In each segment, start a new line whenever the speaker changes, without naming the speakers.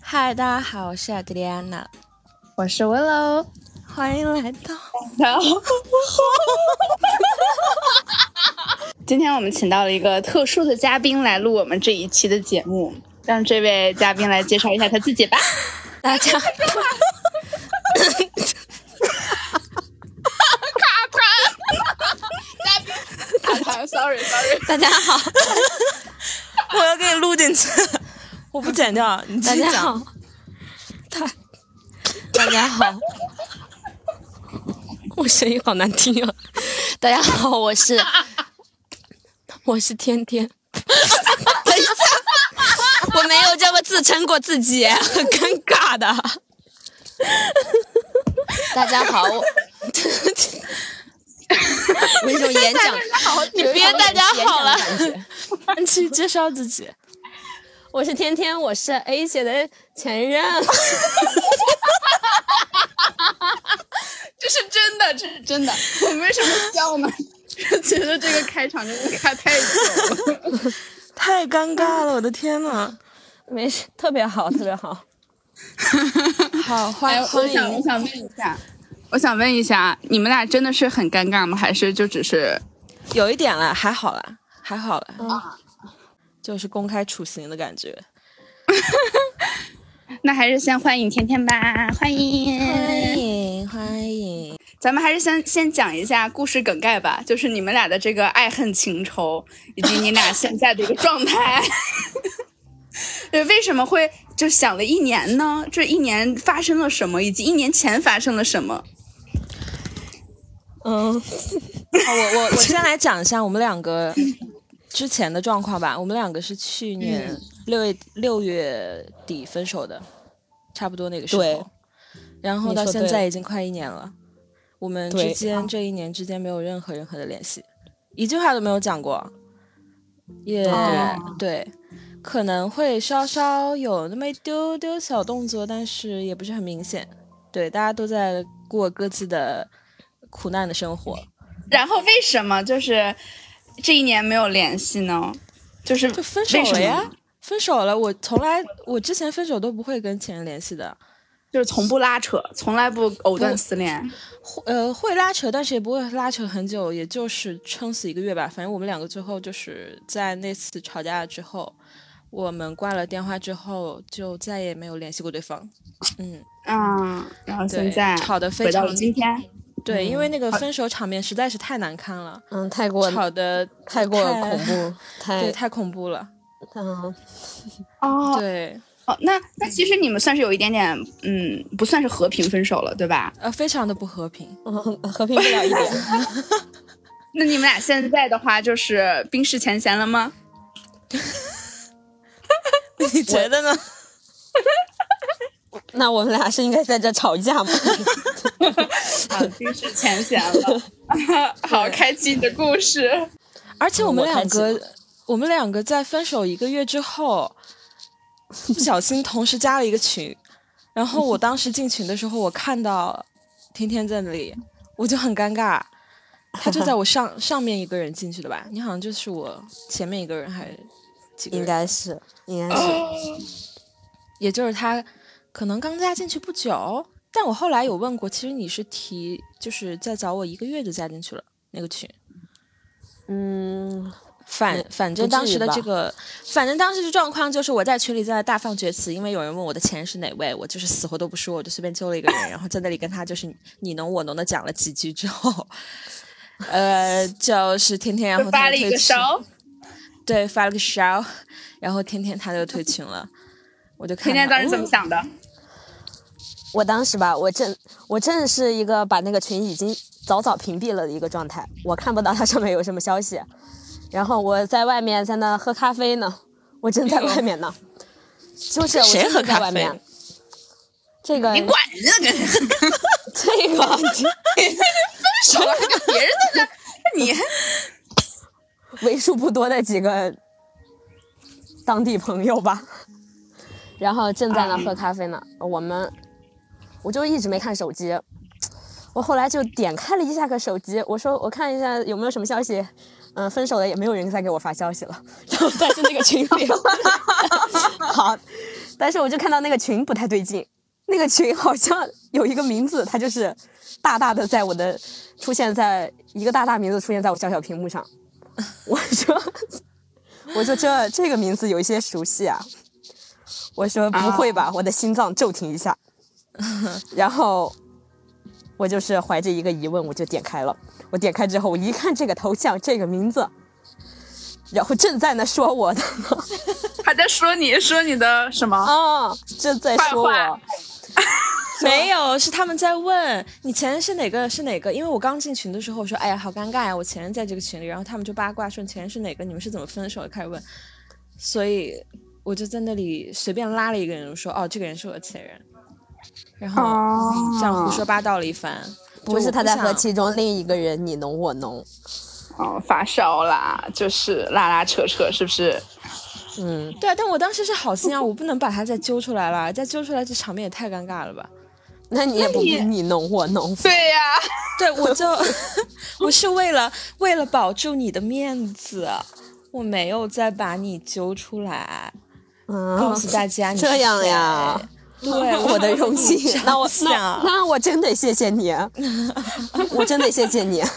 嗨，大家好，我是阿德丽安娜，
我是 Willow，
欢迎来到。
然后， 今天我们请到了一个特殊的嘉宾来录我们这一期的节目，让这位嘉宾来介绍一下他自己吧。
大家，
卡痰，sorry sorry。
大家好，
我要给你录进去，我不剪掉， 你继
大
续
家
讲。
好，大大家好，我声音好难听啊！大家好，我是我是天天。等一下，我没有这么自称过自己，很尴尬的。大家好， 我有一种演讲
你
别大家好了
感觉，
你去介绍自己，
我是天天，我是 A 姐的 前任。
这是真的，这是真的。我们为 什么笑呢？觉得这个开场真的开太久了。
太尴尬了，我的天呐！
没事，特别好，特别好。
好，
哎，
欢
我
欢
想，我
迎。
想问一下，我想问一下，你们俩真的是很尴尬吗？还是就只是
有一点了，还好啦，还好啦，
嗯
啊？
就是公开处刑的感觉。
那还是先欢迎甜甜吧，欢迎。
欢迎欢迎，
咱们还是先先讲一下故事梗概吧，就是你们俩的这个爱恨情仇，以及你俩现在的一个状态。 对，为什么会就想了一年呢？这一年发生了什么，以及一年前发生了什么？
嗯，
好我 我我先来讲一下我们两个之前的状况吧。我们两个是去
嗯
年六月六月底分手的，差不多那个时
对
候。然后到
你说对
现
了
在已经快一年了，我们
对
之间这一年之间没有任何任何的联系，一句话都没有讲过。也、
哦
对，可能会稍稍有那么一丢丢小动作，但是也不是很明显。对，大家都在过各自的苦难的生活。
然后为什么就是这一年没有联系呢？就是
就分手
为什
了
么
呀，分手了。我从来我之前分手都不会跟前任联系的，
就是从不拉扯，从来不藕断丝连。
会呃，会拉扯，但是也不会拉扯很久，也就是撑死一个月吧。反正我们两个最后就是在那次吵架之后，我们挂了电话之后就再也没有联系过对方。嗯，
嗯，然后现
对
在，
吵得非
回到
常
了今天，嗯
对，因为那个分手场面实在是太难堪了，
嗯，太过
吵得
太过恐，怖，
对，
太
太恐怖了，
嗯，
哦，
对，
哦，那那其实你们算是有一点点，嗯，不算是和平分手了，对吧？
呃，非常的不和平。
嗯和平不了一点。
那你们俩现在的话，就是冰释前嫌了吗？
你觉得呢？
那我们俩是应该在这吵 架吗？
啊，冰释前嫌了。 好，开启你的故事。
而且我们
我开
两
启
个，我们两个在分手一个月之后，不小心同时加了一个群，然后我当时进群的时候，我看到天天在那里，我就很尴尬。他就在我上上面一个人进去的吧？你好像就是我前面一个人还是几个
应
人？
该是，应该是。
也就是他可能刚加进去不久，但我后来有问过，其实你是提就是在找我一个月就加进去了那个群。
嗯，
反
没
反正
不
当
至于
时的
吧
这个，反正当时的状况就是我在群里在大放厥词，因为有人问我的前任是哪位，我就是死活都不说，我就随便揪了一个人，然后在那里跟他就是你侬我侬的讲了几句之后，呃，就是天天然后
发
他
了
就
一
退
个
群，
烧，
对，发了个烧，然后天天他就退群了，我就看
天天
到
当时怎么
哦
想的？
我当时吧，我正我正是一个把那个群已经早早屏蔽了的一个状态，我看不到它上面有什么消息。然后我在外面在那喝咖啡呢，我正在外面呢，就是我
哎谁
正
喝
在
咖
外
啡
面。这个
你管人家干啥？
这个，
手还跟 别人在那，你还
为数不多的几个当地朋友吧，然后正在那喝咖啡呢。我们我就一直没看手机，我后来就点开了一下个手机，我说我看一下有没有什么消息。嗯，分 手了也没有人再给我发消息了，然后但是那个群里，好，但是我就看到那个群不太对劲，那个群好像有一个名字，它就是大大的在我的出现在一个大大名字出现在我小小屏幕上，我说我说这这个名字有一些熟悉啊，我说不会吧，我的心脏骤停一下，然后我就是怀着一个疑问，我就点开了。我点开之后，我一看这个头像，这个名字，然后正在那说我的呢，
还在说你说你的什么？
啊、正在说
坏
我
话，
啊
没有，是他们在问你前任是哪个是哪个，因为我刚进群的时候我说，哎呀，好尴尬呀，我前任在这个群里，然后他们就八卦说你前任是哪个，你们是怎么分手的，开始问，所以我就在那里随便拉了一个人，我说，哦，这个人是我的前任，然后
哦
这样胡说八道了一番，就
哦不是
我
他在和
想
其中另一个人你侬我 侬，
哦，发烧啦，就是拉拉扯扯，是不是？
嗯，
对啊，但我当时是好心啊，我不能把他再揪出来了，再揪出来这场面也太尴尬了吧。
那你也不必你侬我 侬，
对呀、
对，我就 我是为了为了保住你的面子，我没有再把你揪出来，告
嗯，
诉大家你是
这样呀
谁。对，
我的荣幸，那 我那
想，
那我真得谢谢你，啊 我真得谢谢你。啊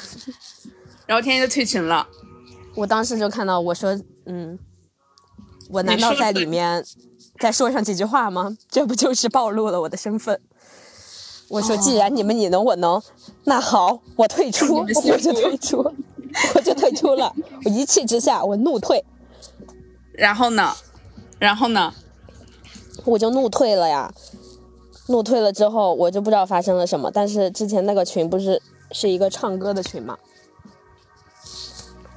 然后天天就退群了。
我当时就看到我说，嗯，我难
你
道
说
在
的
里面再说上几句话吗？这不就是暴露了我的身份？我说，既然你们你能我能，那好，我退出，
你们辛苦
我就退出，我就退出了。我一气之下，我怒退，
然后呢？然后呢？
我就怒退了呀。怒退了之后，我就不知道发生了什么。但是之前那个群不是是一个唱歌的群嘛，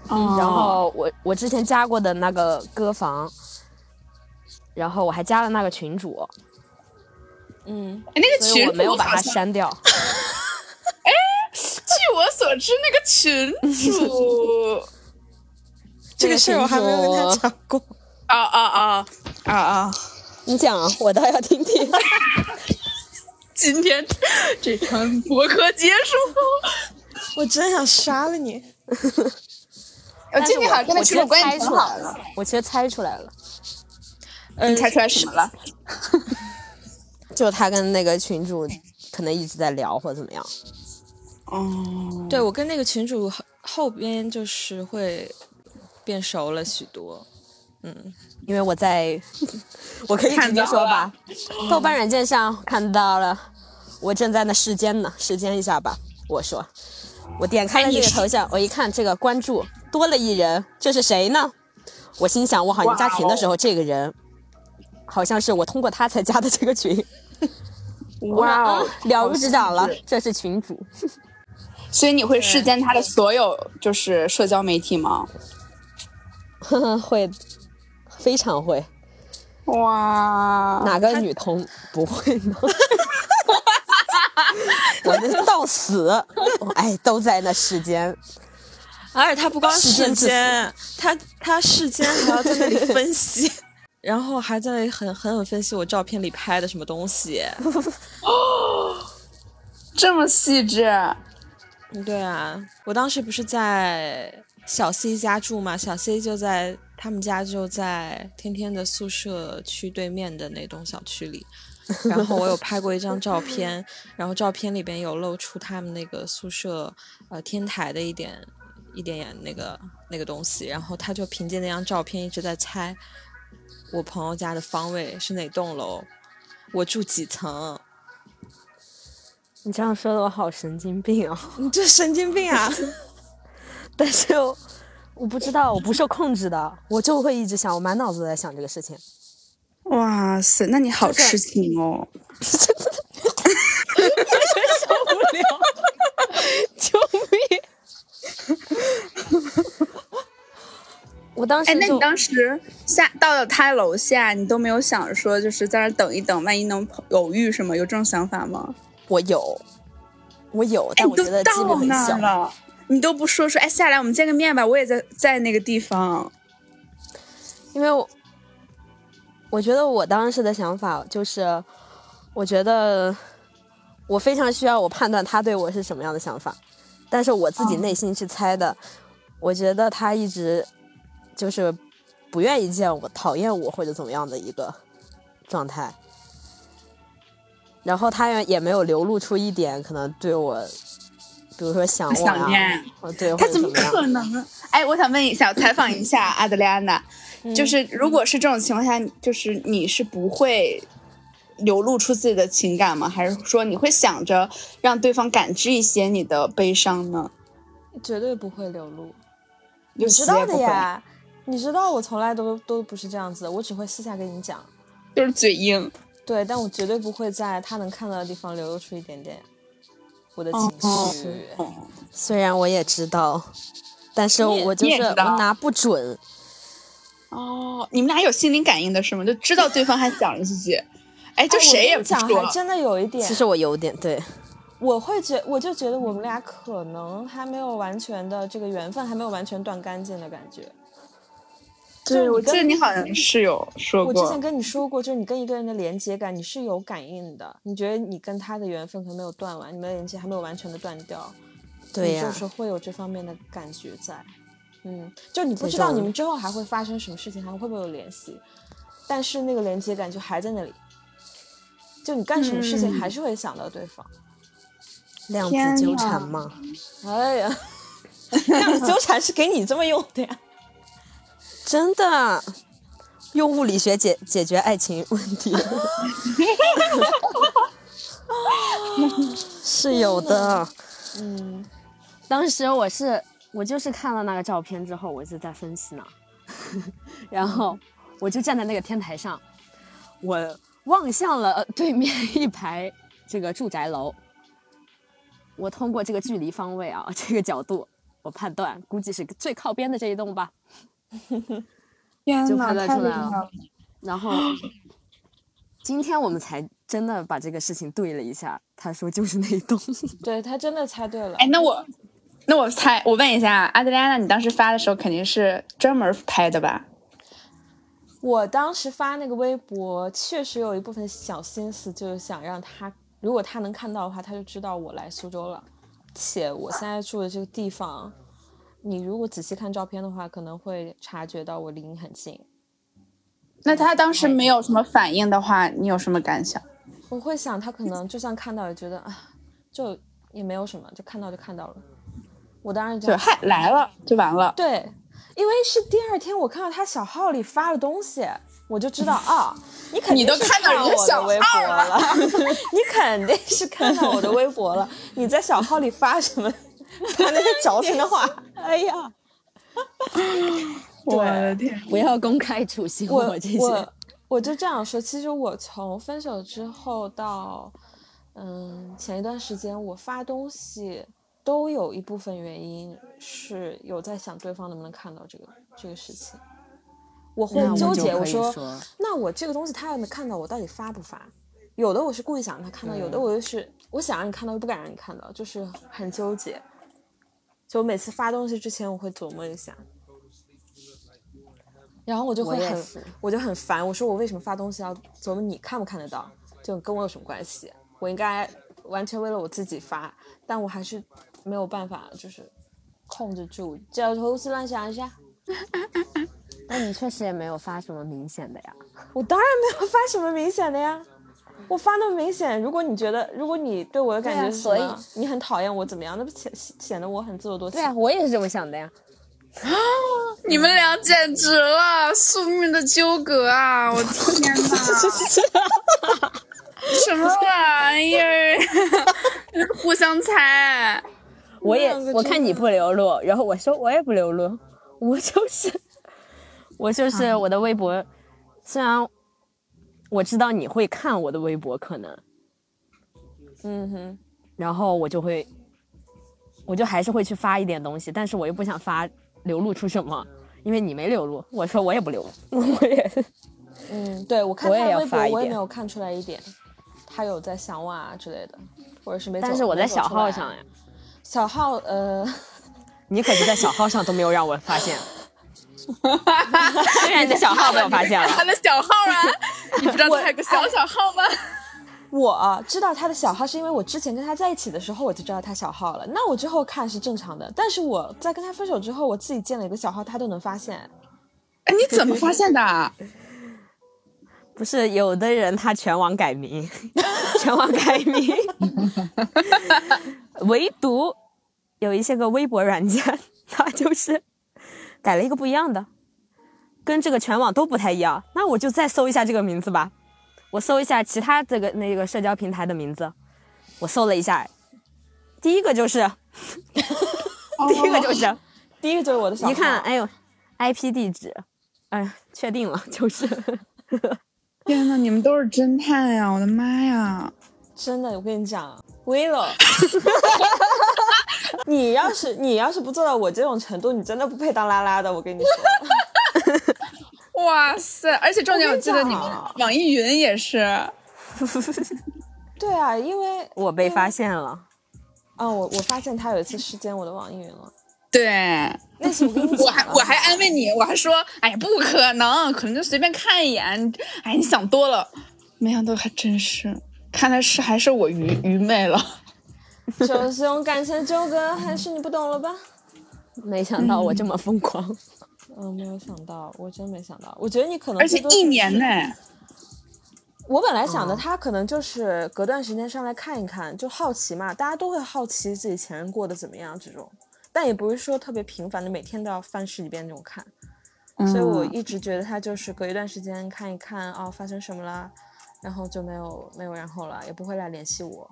哦
嗯然后我我之前加过的那个歌房，然后我还加了那个群主，
嗯，
哎那个
所以
群
我没有把
好
它
像
删 掉。
据我所知，那个群主，
这个事儿我还没有跟他讲过。
啊啊啊啊啊！
你讲啊，我倒要听听。
今天这场博客结束。
我真想杀了你！
我
但是
今天好像跟那
我
群主关
其
系
实猜
挺
出
好
来
的。
了， 我其实猜出来了，
嗯，
猜出来什么了？
就他跟那个群主可能一直在聊或者怎么样。
哦，
对我跟那个群主后后边就是会变熟了许多。
因为我在， 我可以直接说吧， 豆瓣软件上看到了，我正在那试奸呢，试奸一下吧。我说，我点开了这个头像，我一看这个关注多了一人，这是谁呢？我心想，我好像加群的时候，这个人好像是我通过他才加的这个群，
哇哦，
了如指掌了，这是群主。
所以你会视奸他的所有就是社交媒体吗？
呵呵， 会，非常会。
哇，
哪个女同不会 呢？我这到死， 哎，都在那世间。
而且他不光
世间
世
之
间，他他世间还要在那里分析， 然后还在那里狠狠狠分析我照片里拍的什么东西。
这么细致，
对啊，我当时不是在小 C 家住嘛，小 C 就在他们家就在天天的宿舍区对面的那栋小区里。然后我有拍过一张照片，然后照片里边有露出他们那个宿舍呃天台的一点一点点那个那个东西，然后他就凭借那张照片一直在猜我朋友家的方位是哪栋楼，我住几层，
你这样说的我好神经病哦！
你这神经病啊！
但是我我不知道，我不受控制的，我就会一直想，我满脑子都在想这个事情。
哇塞，那你好痴情哦！
我当
哎，
时
那
就
你当时下到了他楼下，你都没有想说就是在那儿等一等，万一能碰偶遇什么？有这种想法吗？
我有，我有，但
你
哎我觉
哎都
得几率
到
很
那
小
儿。了，你都不说说，哎，下来我们见个面吧，我也在在那个地方。
因为我我觉得我当时的想法就是，我觉得我非常需要我判断他对我是什么样的想法，但是我自
哦
己内心去猜的，我觉得他一直就是不愿意见我、讨厌我或者怎么样的一个状态，然后他也也没有流露出一点可能对我，比如说想我
想
呀、
念。
啊，对，
他
或者
怎
怎
么
样
可能啊？哎，我想问一下，采访一下阿德利安娜，
嗯
就是如果是这种情况下，你就是你是不会流露出自己的情感吗？还是说你会想着让对方感知一些你的悲伤呢？
绝对不会流露。
你
你知道的，呀，你知道我从来都都不是这样子的，我只会私下跟你讲。
就是嘴硬。
对，但我绝对不会在他能看到的地方流露出一点点我的情
哦
绪。
哦
虽然我也知道，但是
你也
我就
你也
是
知道
我拿不准，
哦，你们俩有心灵感应的是吗？就知道对方还想着自己，哎，就
哎我
谁
跟
也
你
不
讲，
说
还。真的有一点
其。实我有点对，
我会觉，我就觉得我们俩可能还没有完全的这个缘分还没有完全断干净的感觉。就是
我
你
记
跟
得你好像是有说
我
过。
之前跟你说过，就是你跟一个人的连接感，你是有感应的。你觉得你跟他的缘分可能没有断完，你们的连接还没有完全的断掉，
对
你
呀、
就是会有这方面的感觉在。嗯，就你不
这
知道
种
你们之后还会发生什么事情，还会不会有联系，但是那个连接感就还在那里。就你干什么事情
嗯
还是会想到对方。
量
天
子纠
呐
缠嘛。
哎呀， 那纠缠是给你这么用的呀？
真的，用物理学解解决爱情问题， 是 有的。
嗯，
当时我是我就是看了那个照片之后，我就在分析呢， 然后我就站在那个天台上，我望向了呃对面一排这个住宅楼。我通过这个距离方位啊，这个角度，我判断估计是最靠边的这一栋吧。
天
就
呐，
判断
太
出
厉
来
害
了
了！
然 后今天我们才真的把这个事情对了一下，他说就是那一栋。
对他真的猜对了。
哎，那我那我猜，我问一下，啊阿德莱娜，你当时发的时候肯定是专门拍的吧？
我当时发那个微博，确实有一部分小心思，就是想让他，如果他能看到的话，他就知道我来苏州了。且我现在住的这个地方，你如果仔细看照片的话，可能会察觉到我离你很近。
那他当时没有什么反应的话，你有什么感想？
我会想，他可能就像看到也觉得啊，就也没有什么，就看到就看到了。我当然这
就
样
嗨来了就完了。
对，因为是第二天我看到他小号里发了东西，我就知道啊，你肯定
你都
是
看到人家
我
小
的
号
微博了， 你肯定是看到我的微博了。你在小号里发什么？发那些矫情的话，哎呀，
我的天！
不要公开处刑
我我我就这样说。其实我从分手之后到，嗯，前一段时间我发东西都有一部分原因是有在想对方能不能看到这个这个事情。我会
那我
纠
就
结，
可
我
以
说
说
那我这个东西他要没看到，我到底发不发？有的我是故意想让他看到，有的
嗯
我就是我想让你看到又不敢让你看到，就是很纠结。就每次发东西之前，我会琢磨一下，然后我就会
我也
很
是
我就很烦，我说我为什么发东西要琢磨你看不看得到？就跟我有什么关系？我应该完全为了我自己发，但我还是没有办法，就是控制住，就胡思乱想一下。
那你确实也没有发什么明显的呀。
我当然没有发什么明显的呀，我发那么明显，如果你觉得，如果你对我的感
对啊
觉是什么
所以
样，你很讨厌我怎么样，那不显显得我很自作多情？
对啊，我也是这么想的呀。
你们俩简直了，宿命的纠葛啊！我天 哪，什么玩意 儿？互相猜。
我也
两个
我
真
看你不流露，然后我说我也不流露，我就是我就是我的微博，虽然我知道你会看我的微博，可能
嗯哼，
然后我就会，我就还是会去发一点东西，但是我又不想发流露出什么，因为你没流露，我说我也不流露， 我也
嗯，对我看
我
他
也要
的微博，
发一
我也
点
没有看出来一点，他有在想我啊之类的，或者是没走。
但是我
没
在
走
小
出来啊
号上哎呀，
小号呃，
你可是在小号上都没有让我发 现，虽然你小号被我发现
他
了，
的小号 啊，你不知道他还有个小小号吗？
我啊知道他的小号是因为我之前跟他在一起的时候我就知道他小号了，那我之后看是正常的，但是我在跟他分手之后，我自己建了一个小号，他都能发现。
哎，你怎么发现的啊？
不是有的人他全网改名，全网改名，唯独有一些个微博软件， 它就是改了一个不一样的，跟这个全网都不太一样。那我就再搜一下这个名字吧，我搜一下其他这个那个社交平台的名字，我搜了一下，第一个就是
哦
第一个就是
第一个就是我的小号
一看，哎呦，IP 地址，哎，确定了， 就是。
天呐，你们都是侦探呀！我的妈呀！
真的，我跟你讲，Willow，你要是你要是不做到我这种程度，你真的不配当拉拉的。我跟你说，
哇塞！而且重点，我记得你们网易云也是，
对啊，因为
我被发现了，
啊、我我发现他有一次视奸我的网易云了。
对。
那次我跟你讲
我还
了
我还安慰你，我还说，哎呀，不可能，可能就随便看一眼。哎，你想多了。没想到还真是，看来是还是我愚愚昧了。
就是这种感情的纠葛，还是你不懂了吧？
没想到我这么疯狂。
嗯，没有想到，我真没想到。我觉得你可能
而且嗯
最多
一
就是
年呢，
我本来想的，他可能就是隔段时间上来看一看，就好奇嘛，大家都会好奇自己前任过得怎么样这种，但也不是说特别频繁的每天都要翻十几遍这种看，所以我一直觉得他就是隔一段时间看一看，哦，发生什么了，然后就没有没有然后了，也不会来联系我。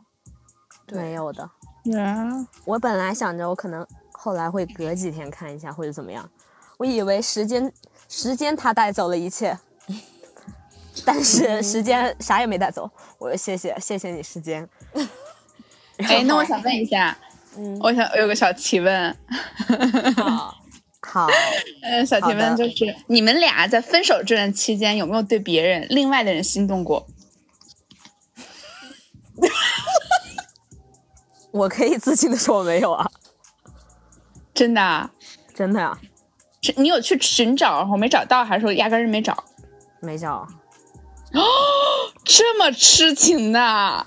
对
没有的。
呀
我本来想着我可能后来会隔几天看一下或者怎么样，我以为时间时间它带走了一切， 但是时间啥也没带走。我说谢谢谢谢你时间。
哎，那我想问一下，
嗯
我想我有个小提问，
好，
呃，小提问
好
就
的
是，你们俩在分手这段期间有没有对别人、另外的人心动过？
我可以自信的说我没有啊，
真的啊？
真的呀、啊，
是你有去寻找，然后没找到，还是说压根儿就没找？
没啊找。
这么痴情的啊？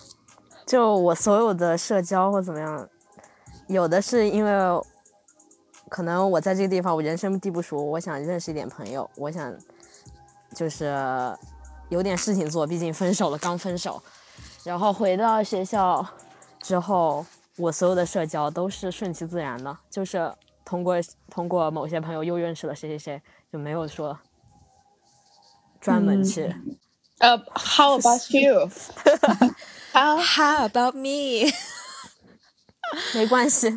就我所有的社交或怎么样，有的是因为可能我在这个地方我人生地不熟，我想认识一点朋友，我想就是有点事情做，毕竟分手了，刚分手，然后回到学校之后，我所有的社交都是顺其自然的，就是通过通过某些朋友又认识了谁谁谁，就没有说专
嗯
门去。
呃、h o w about you？啊，
How about me？
没关系，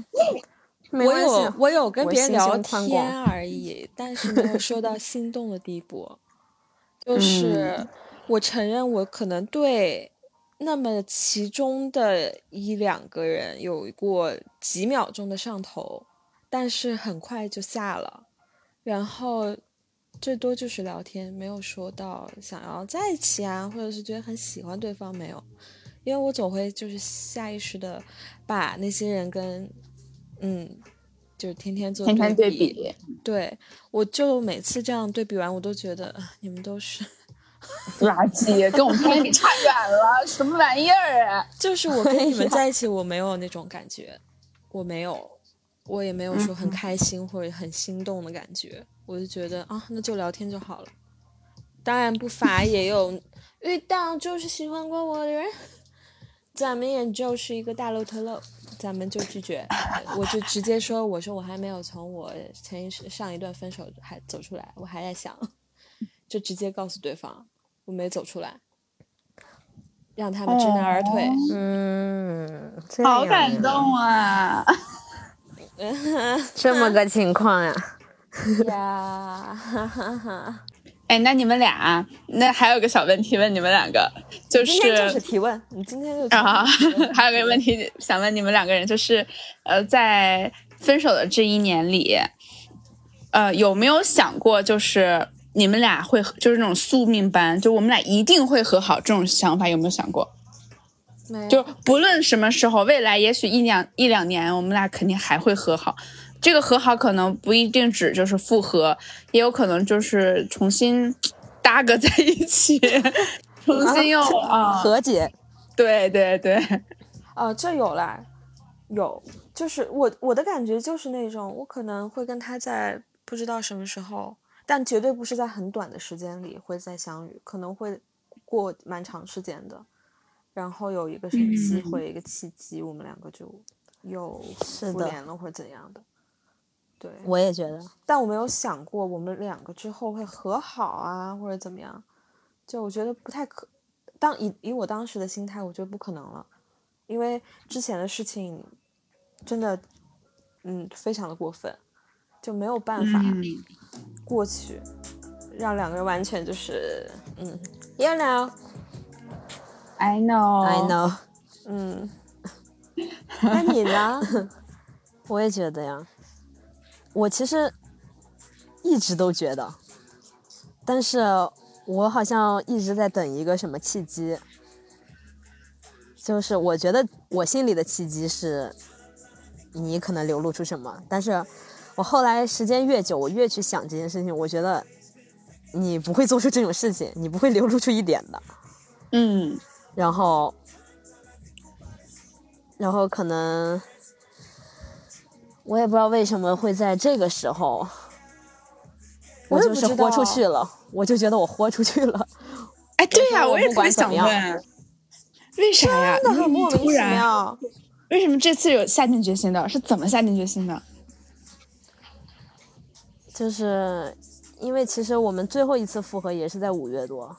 没
我
关系
有。我有跟
我
别人
心胸
聊
宽广
天而 已，但是没有说到心动的地步。嗯就是我承认我可能对那么其中的一两个人有过几秒钟的上头，但是很快就下了，然后最多就是聊天，没有说到想要在一起啊，或者是觉得很喜欢对方没有。因为我总会就是下意识的把那些人跟，嗯，就是天天做
天天对
比，
比，
对我就每次这样对比完，我都觉得啊你们都是，
垃圾，跟我们天天比差远了，什么玩意儿啊？
就是我跟你们在一起，我没有那种感觉，我没有，我也没有说很开心或者很心动的感觉，我就觉得啊，那就聊天就好了。当然不乏也有遇到就是喜欢过我的人，咱们也就是一个大漏特漏，咱们就拒绝，我就直接说，我说我还没有从我前一上一段分手还走出来，我还在想，就直接告诉对方我没走出来，让他们知难而退。
嗯，这样
好感
呀
动啊！
这么个情况呀、
呀，哈哈哈！
哎，那你们俩，那还有个小问题问你们两个，就
今天就是提问，你今天就提问
啊，还有个问题想问你们两个人，就是呃，在分手的这一年里，呃，有没有想过就是你们俩会就是那种宿命般，就我们俩一定会和好这种想法有没有想过？
没有
就不论什么时候，未来也许一两一两年，我们俩肯定还会和好。这个和好可能不一定指就是复合，也有可能就是重新搭个在一起， 重新又啊，
和解，
对对对，
啊，这有啦，有，就是我我的感觉就是那种，我可能会跟他在不知道什么时候，但绝对不是在很短的时间里会再相遇，可能会过蛮长时间的，然后有一个是机会，一个契机，我们两个就又
是
复
的
联了或者怎样的。对，
我也觉得，
但我没有想过我们两个之后会和好啊，或者怎么样。就我觉得不太可，当以以我当时的心态，我觉得不可能了，因为之前的事情真的，嗯，非常的过分，就没有
嗯
办法过去，让两个人完全就是，嗯，you know，
哦
I know
I know，
嗯。那你 呢？
我也觉得呀。我其实一直都觉得，但是我好像一直在等一个什么契机。就是我觉得我心里的契机是，你可能流露出什么，但是我后来时间越久，我越去想这件事情，我觉得你不会做出这种事情，你不会流露出一点的。
嗯，
然后，然后可能我也不知道为什么会在这个时候，
我也
就
不
是
知
豁
道
出去了，我就觉得我豁出去了，
哎，对呀、
我
我也
不
特
管
别
怎
想
么样
问，为啥呀？
真的很
你
莫名
突
其
然，
妙。
为什么这次有下定决心的？是怎么下定决心的？
就是因为其实我们最后一次复合也是在五月多，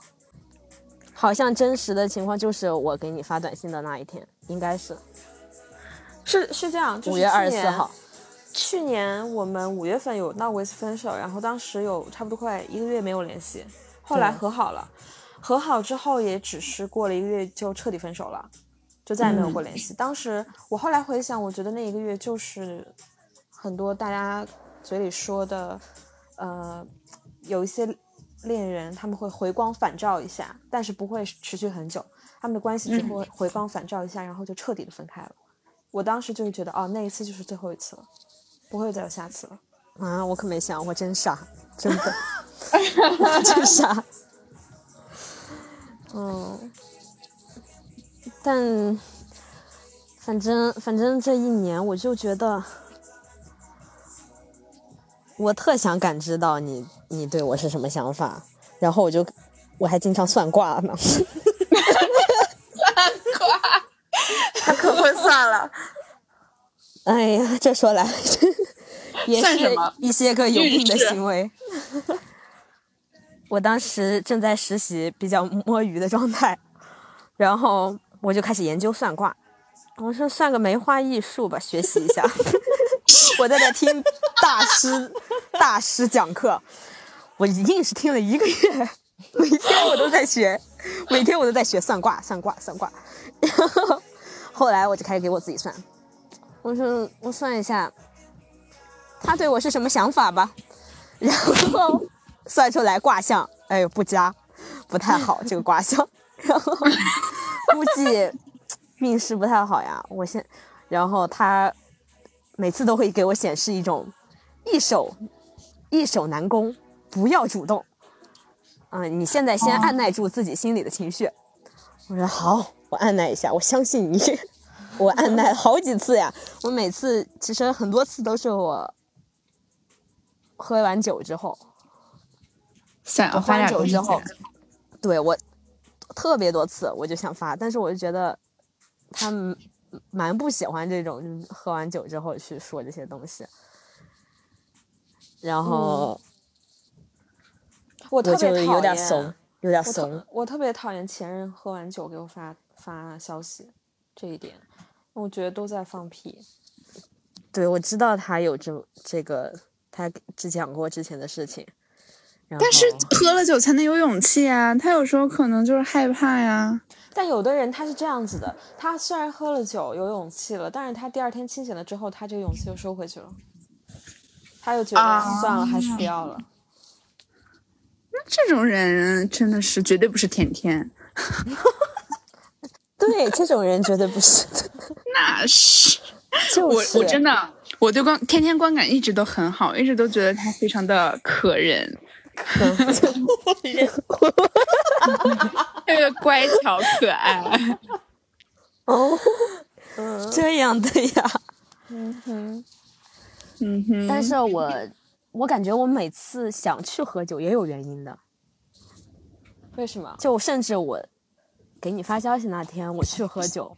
好像真实的情况就是我给你发短信的那一天，应该是
是是这样，就是
五月
去
二十四
年
号，
去年我们五月份有闹过一次分手，然后当时有差不多快一个月没有联系，后来
对
和好了，和好之后也只是过了一个月就彻底分手了，就再也没有过联系。当时我后来回想，我觉得那一个月就是很多大家嘴里说的，呃，有一些恋人他们会回光返照一下，但是不会持续很久，他们的关系只会回光返照一下，然后就彻底的分开了。我当时就是觉得，哦，那一次就是最后一次了。不会再有下次了。
啊，我可没想，我真傻，真 的，真傻。
嗯，
但反正反正这一年，我就觉得， 我特想感知到你你对我是什么想法，然后我就我还经常算卦呢。
他可会算了，
哎呀，这说来也
算什
是
么
一些个有
运
病的
势
行为。我当时正在实习，比较摸鱼的状态，然后我就开始研究算卦。我说算个梅花易数吧，学习一下。 我在那听大师大师讲课，我硬是听了一个月，每天我都在学，每天我都在学算卦，算卦，算卦。然后后来我就开始给我自己算，我说我算一下，他对我是什么想法吧，然后算出来卦象，哎呦不佳，不太好这个卦象， 然后估计运势不太好呀。我现，然后他每次都会给我显示一种易守易守难攻，不要主动。嗯、你现在先按耐住自己心里的情绪。我说好，我按耐一下，我相信你。 我按耐好几次呀，我每次其实很多次都是我喝完酒之后，
想要
我喝
花
完
点
酒
东西
之后，对我特别多次我就想发，但是我就觉得他们蛮不喜欢这种就是喝完酒之后去说这些东西。然后
我
嗯我
特
就
别讨厌，
有点怂，有点
我
怂
特。我特别讨厌前任喝完酒给我发发消息这一点，我觉得都在放屁。
对，我知道他有这这个，他只讲过之前的事情。然
但是
后
喝了酒才能有勇气呀、他有时候可能就是害怕呀、
但有的人他是这样子的，他虽然喝了酒有勇气了，但是他第二天清醒了之后，他这个勇气又收回去了，他又觉
啊
得算了，还是不要了。
这种人真的是绝对不是甜甜，
对这种人绝对不是，
那是
就
我
是
我真的我对观天天观感一直都很好，一直都觉得他非常的可人， 可人，这个乖巧可爱。
哦，这样的呀。
嗯哼，
但是我我感觉我每次想去喝酒也有原因的，
为什么？
就甚至我给你发消息那天，我去喝酒，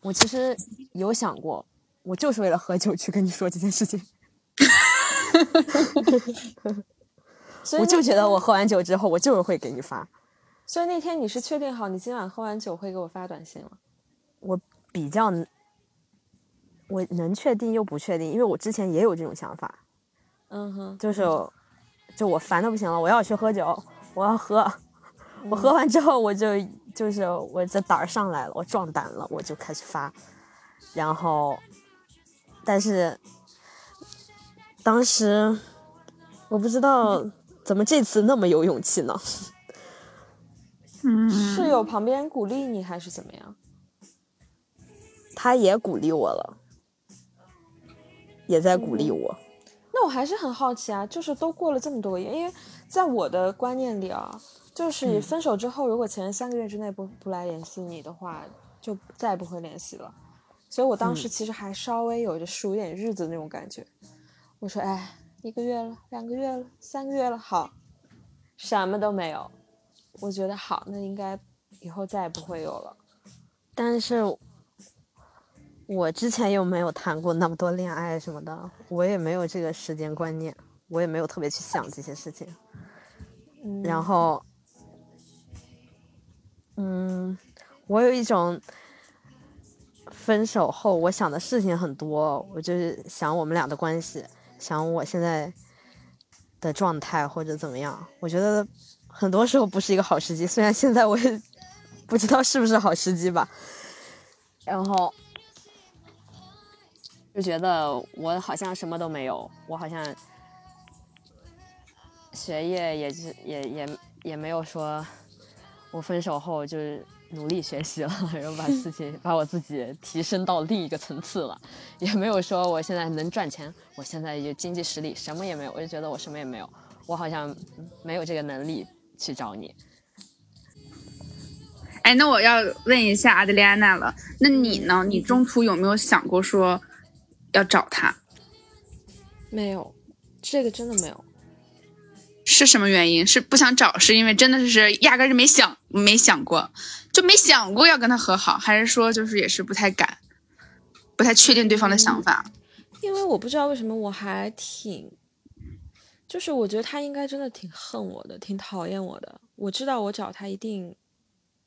我其实有想过，我就是为了喝酒去跟你说这件事情。
所以那
我就觉得我喝完酒之后，我就是会给你发。
所以那天你是确定好你今晚喝完酒会给我发短信了？
我比较能，我能确定又不确定，因为我之前也有这种想法，
嗯哼，
就是就我烦的不行了，我要去喝酒，我要喝，我喝完之后我就就是我这胆儿上来了，我壮胆了，我就开始发，然后但是当时我不知道怎么这次那么有勇气呢，
嗯，
室友旁边鼓励你还是怎么样？
他也鼓励我了，也在鼓励我。
那我还是很好奇啊，就是都过了这么多个月，因为在我的观念里啊，就是分手之后，如果前三个月之内不不来联系你的话，就再也不会联系了。所以我当时其实还稍微有着数点日子那种感觉。我说，哎，一个月了，两个月了，三个月了，好，什么都没有。我觉得好，那应该以后再也不会有了。
但是我之前又没有谈过那么多恋爱什么的，我也没有这个时间观念，我也没有特别去想这些事情。
嗯
然后，嗯，我有一种分手后我想的事情很多，我就是想我们俩的关系，想我现在的状态或者怎么样。我觉得很多时候不是一个好时机，虽然现在我也不知道是不是好时机吧。然后就觉得我好像什么都没有，我好像学业也是也也也没有说，我分手后就是努力学习了， 然后把事情把我自己提升到另一个层次了，也没有说我现在能赚钱，我现在有经济实力，什么也没有，我就觉得我什么也没有，我好像没有这个能力去找你。
哎，那我要问一下阿德丽安娜了，那你呢？你中途有没有想过说要找他？
没有，这个真的没有。
是什么原因？是不想找？是因为真的是压根儿就没想没想过，就没想过要跟他和好，还是说就是也是不太敢，不太确定对方的想法？
因为我不知道为什么我还挺，就是我觉得他应该真的挺恨我的，挺讨厌我的。我知道我找他一定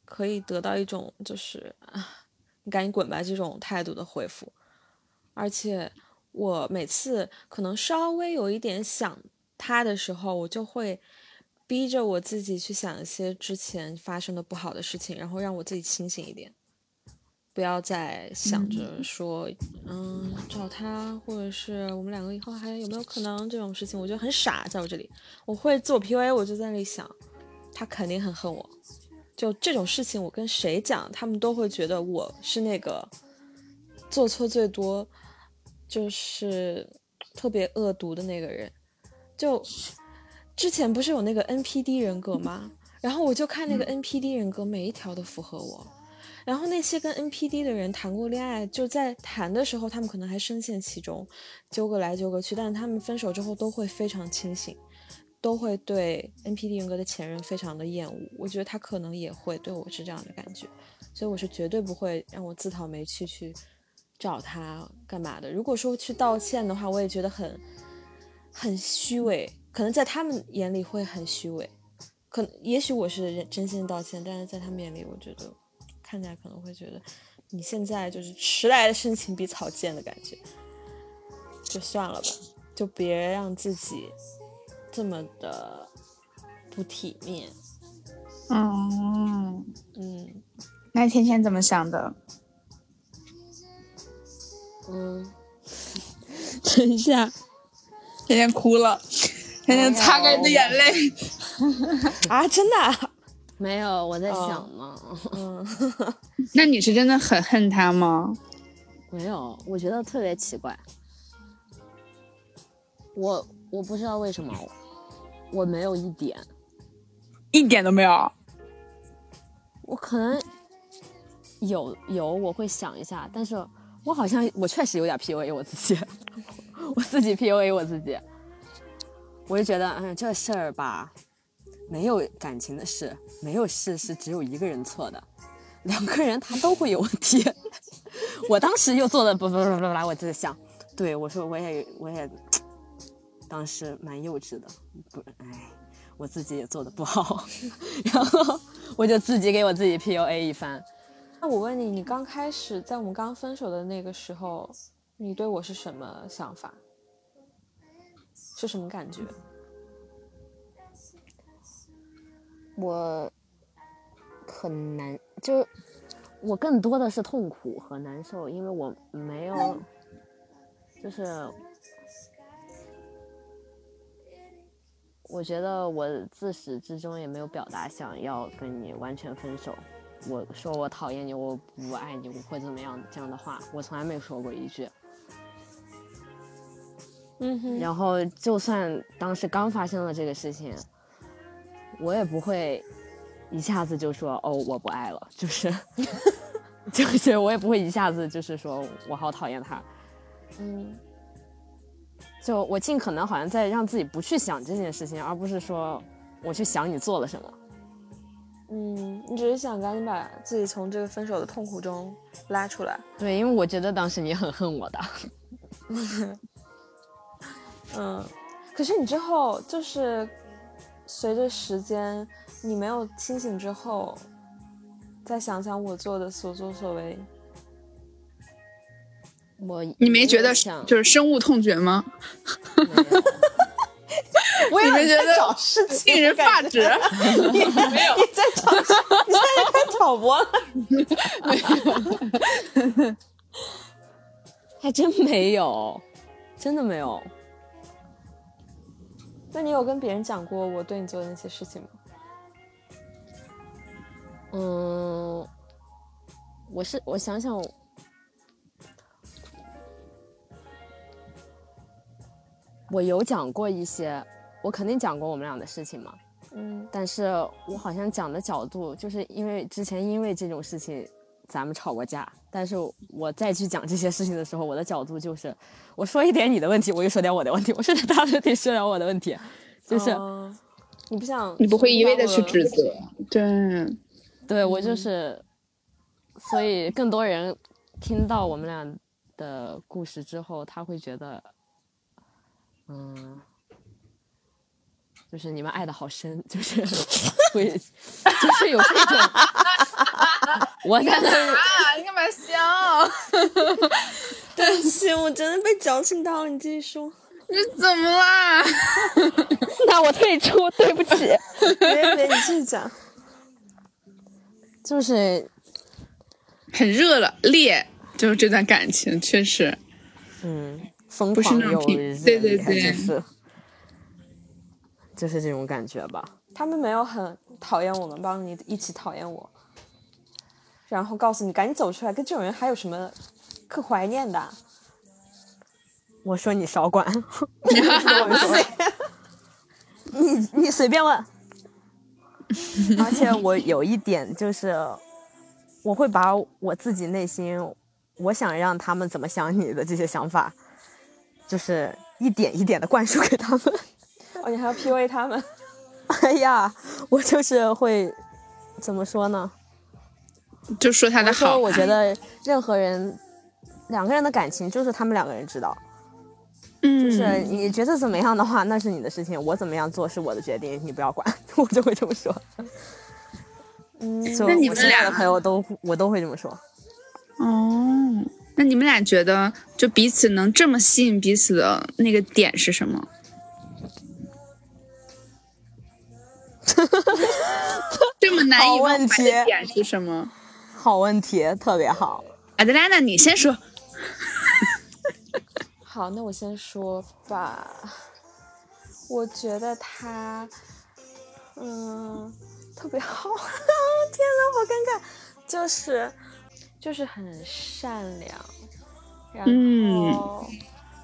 可以得到一种就是啊，你赶紧滚吧这种态度的回复。而且我每次可能稍微有一点想他的时候，我就会逼着我自己去想一些之前发生的不好的事情，然后让我自己清醒一点。不要再想着说，嗯，找他，或者是我们两个以后还有没有可能这种事情，我觉得很傻，在我这里，我会自我 PUA，我就在那里想，他肯定很恨我，就这种事情，我跟谁讲，他们都会觉得我是那个做错最多，就是特别恶毒的那个人。就之前不是有那个 NPD 人格吗？然后我就看那个 NPD 人格，每一条都符合我。然后那些跟 NPD 的人谈过恋爱，就在谈的时候，他们可能还深陷其中，纠葛来纠葛去，但是他们分手之后都会非常清醒，都会对 NPD 人格的前任非常的厌恶。我觉得他可能也会对我是这样的感觉，所以我是绝对不会让我自讨没趣去找他干嘛的。如果说去道歉的话，我也觉得很很虚伪，可能在他们眼里会很虚伪。可也许我是真心道歉，但是在他们眼里，我觉得看起来可能会觉得你现在就是迟来的深情比草贱的感觉，就算了吧，就别让自己这么的不体面。
嗯，
嗯
那天天怎么想的？
嗯， 等一下，
天天哭了， 天天擦干你的眼泪。
啊，真的啊、
没有，我在
想
呢。
嗯，
那你是真的很恨他吗？
没有，我觉得特别奇怪。我我不知道为什么，我没有一点，
一点都没有。
我可能有有我会想一下，但是我好像我确实有点 PUA 我 自己，
哎
我自己 PUA 我自己，我就觉得嗯这事儿吧，
没有感情的事，没有事是只有一个人错的，两个人他都会有问题。 我当时又做了不不不不来，我自己想，对我说我也我也，当时蛮幼稚的，不哎，我自己也做的不好， 然后我就自己给我自己 PUA 一番。
那我问你，你刚开始在我们刚分手的那个时候，你对我是什么想法？是什么感觉？
我很难，就是我更多的是痛苦和难受，因为我没有，就是我觉得我自始至终也没有表达想要跟你完全分手。我说我讨厌你，我不爱你，我会怎么样这样的话，我从来没说过一句。
嗯哼，
然后就算当时刚发生了这个事情，我也不会一下子就说哦我不爱了，就是 就是我也不会一下子就是说我好讨厌他，
嗯，
就我尽可能好像在让自己不去想这件事情，而不是说我去想你做了什么。
嗯，你只是想赶紧把自己从这个分手的痛苦中拉出来。
对，因为我觉得当时你很恨我的，
嗯，可是你之后就是随着时间，你没有清醒之后，再想想我做的所作所 为，
我
你没觉得
想
就是深恶痛绝吗？
我以
你
为
们
你
觉
在
得
找事 情，
令人发指。
你在找，你现在开始挑拨了。
还真没有，真的没有。
那你有跟别人讲过我对你做的那些事情吗？
嗯，我是我想想，我有讲过一些，我肯定讲过我们俩的事情嘛，
嗯
但是我好像讲的角度，就是因为之前因为这种事情咱们吵过架，但是我再去讲这些事情的时候，我的角度就是，我说一点你的问题，我又说点我的问题，我说点他的问题，说点我的问题，就是。
嗯你不想，
你不会一味的去
把我
指责，对，
对我就是，所以更多人听到我们俩的故事之后，他会觉得，嗯，就是你们爱的好深，就是 会，就是有这种，我在那
啊，你干嘛笑？
对不起，我真的被矫情到了。你继续说，
你怎么啦？
那我退出，对不起，
别别，你继续讲。
就是
很热了，烈，就是这段感情确实
嗯，疯
不是
狂
那种
又热
平对对
烈
对
就是就是这种感觉吧。
他们没有很讨厌我们，帮你一起讨厌我，然后告诉你赶紧走出来，跟这种人还有什么可怀念的 啊？
我说你少管，你你随便问。而且我有一点就是，我会把我自己内心我想让他们怎么想你的这些想法，就是一点一点的灌输给他们。
哦，你还要 PUA 他们？
哎呀，我就是会怎么说呢？
就说他的
说
好，
我觉得任何人两个人的感情就是他们两个人知道，
嗯，
是你觉得怎么样的话，那是你的事情，我怎么样做是我的决定，你不要管，我就会这么说。
嗯，
就
那你
我
们
现在
俩
的朋友都我都会这么说。
哦，那你们俩觉得就彼此能这么吸引彼此的那个点是什么？ 这么难以
好问
忘怀
题
的点是什么？
好问题，特别好。
阿德莱娜，你先说。
好，那我先说吧。我觉得他，嗯，特别好。 天哪，好尴尬。就是，就是很善良，然
嗯
后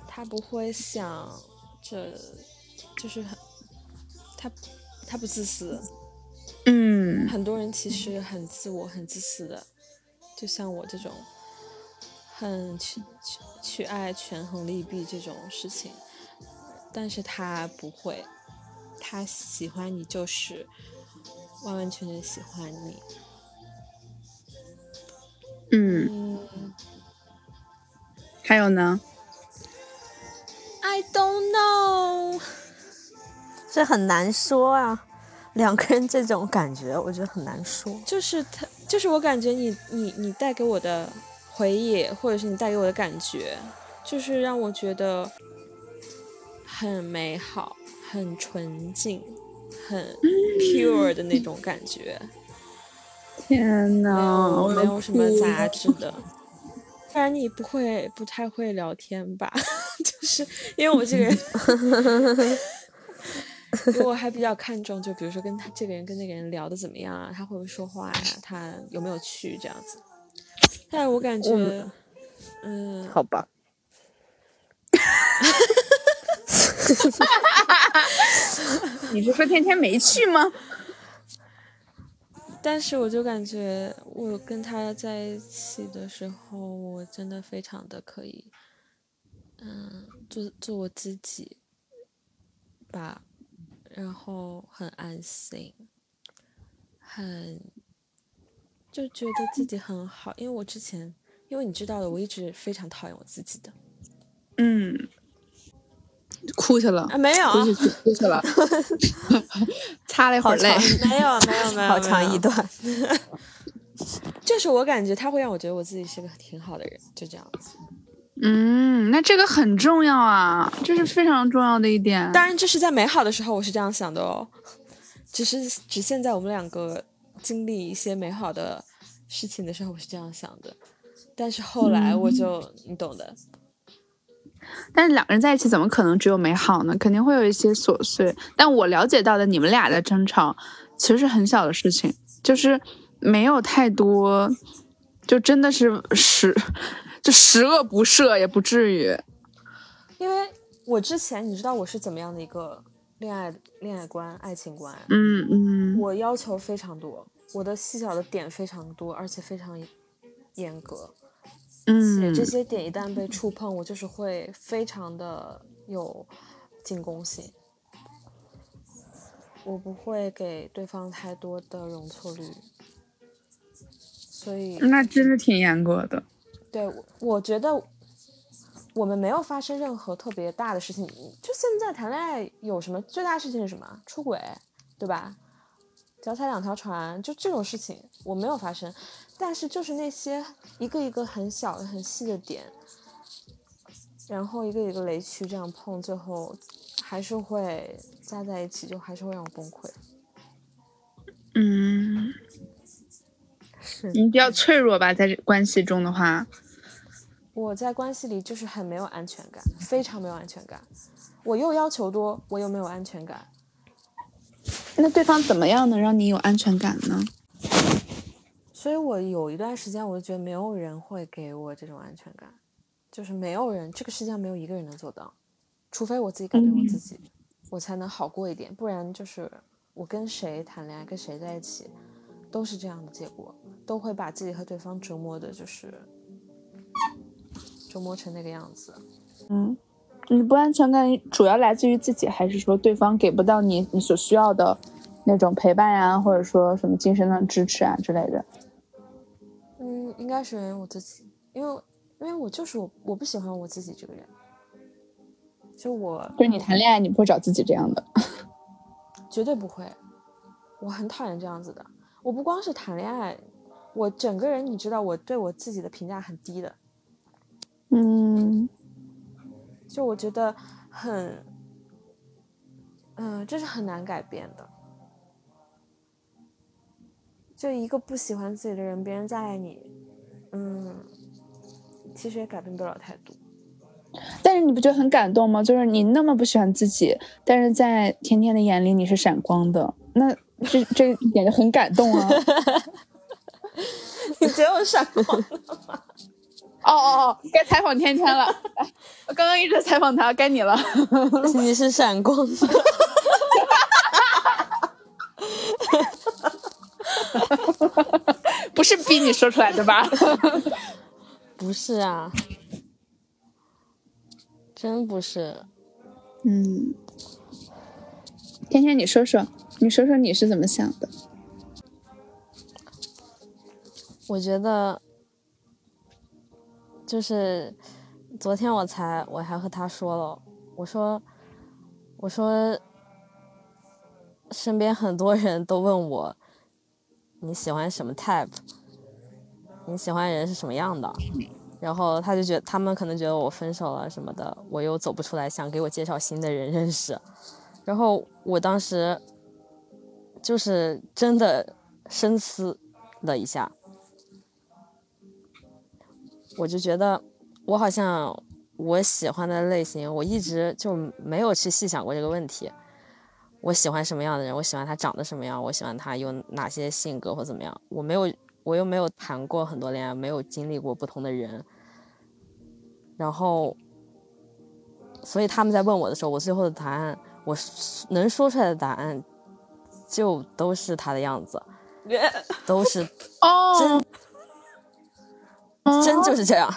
他不会想着，就是很，他他不自私。
嗯，
很多人其实很自我、很自私的，就像我这种，很去去去爱权衡利弊这种事情，但是他不会，他喜欢你就是完完全全喜欢你。
嗯，
嗯
还有呢？
，I don't know。
这很难说啊。两个人这种感觉，我觉得很难说。
就是他，就是我感觉你你你带给我的回忆，或者是你带给我的感觉，就是让我觉得很美好、很纯净、很 pure 的那种感觉，
天
没
呐，
有
我
没
要
有什么
哭
杂质的。不然你不会不太会聊天吧？ 就是因为我这个人 因为我还比较看重，就比如说跟他这个人跟那个人聊的怎么样啊，他会不会说话呀、他有没有趣这样子。但是我感觉，嗯，
好吧。
你是说天天没去吗？
但是我就感觉我跟他在一起的时候，我真的非常的可以，嗯，做做我自己吧，然后很安心，很就觉得自己很好，因为我之前，因为你知道的，我一直非常讨厌我自己的
嗯，哭 去了，
啊，没有啊
哭去去哭去了， 擦了一会儿泪。
没有没有没有，
好长一
段。
段，
就是我感觉他会让我觉得我自己是个挺好的人，就这样子。
嗯，那这个很重要啊，这是非常重要的一点。
当然，这是在美好的时候，我是这样想的哦。只是只现在我们两个经历一些美好的事情的时候，我是这样想的。但是后来我就、你懂的，
但是两个人在一起怎么可能只有美好呢？肯定会有一些琐碎。但我了解到的你们俩的争吵，其实是很小的事情，就是没有太多，就真的是十，就十恶不赦也不至于。
因为我之前你知道我是怎么样的一个 恋爱恋爱观、爱情观啊，
嗯嗯
我要求非常多，我的细小的点非常多，而且非常严格。且
嗯，
这些点一旦被触碰，我就是会非常的有进攻性，我不会给对方太多的容错率，所以
那真的挺严格的。
对我我觉得我们没有发生任何特别大的事情。就现在谈恋爱有什么最大事情是什么？出轨，对吧？脚踩两条船，就这种事情我没有发生，但是就是那些一个一个很小的、很细的点，然后一个一个雷区这样碰，最后还是会加在一起，就还是会让我崩溃。
嗯，
是
你比较脆弱吧，在这关系中的话，
我在关系里就是很没有安全感，非常没有安全感。我又要求多，我又没有安全感，
那对方怎么样能让你有安全感呢？
所以我有一段时间，我就觉得没有人会给我这种安全感，就是没有人，这个世界上没有一个人能做到，除非我自己改变我自己，我才能好过一点，不然就是我跟谁谈恋爱，跟谁在一起，都是这样的结果，都会把自己和对方折磨的， 就是折磨成那个样子。
嗯，你不安全感主要来自于自己，还是说对方给不到你你所需要的那种陪伴呀、或者说什么精神上的支持啊之类的？
嗯，应该是源于我自己，因为因为我就是我，我不喜欢我自己这个人，就我
就是你谈恋爱，你不会找自己这样的。
绝对不会，我很讨厌这样子的。我不光是谈恋爱，我整个人你知道，我对我自己的评价很低的，
嗯
就我觉得很，嗯、这是很难改变的。就一个不喜欢自己的人，别人再爱你，嗯，其实也改变不了太多。
但是你不觉得很感动吗？就是你那么不喜欢自己，但是在甜甜的眼里你是闪光的，那这这一点就很感动 啊。
你觉得我闪光？
哦哦哦，该采访天天了， 我刚刚一直在采访他，该你了。
你是闪光的。
不是逼你说出来的 吧？
不是啊，真不是。
嗯，天天，你说说，你说说你是怎么想的？
我觉得就是昨天我才我还和他说了，我说我说身边很多人都问我你喜欢什么 type，你喜欢人是什么样的，然后他就觉他们可能觉得我分手了什么的，我又走不出来，想给我介绍新的人认识，然后我当时就是真的深思了一下，我就觉得我好像我喜欢的类型，我一直就没有去细想过这个问题。我喜欢什么样的人？我喜欢他长得什么样？我喜欢他有哪些性格或怎么样？我没有，我又没有谈过很多恋爱，没有经历过不同的人。然后，所以他们在问我的时候，我最后的答案，我能说出来的答案，就都是他的 样子，都是
哦，
真就是这样，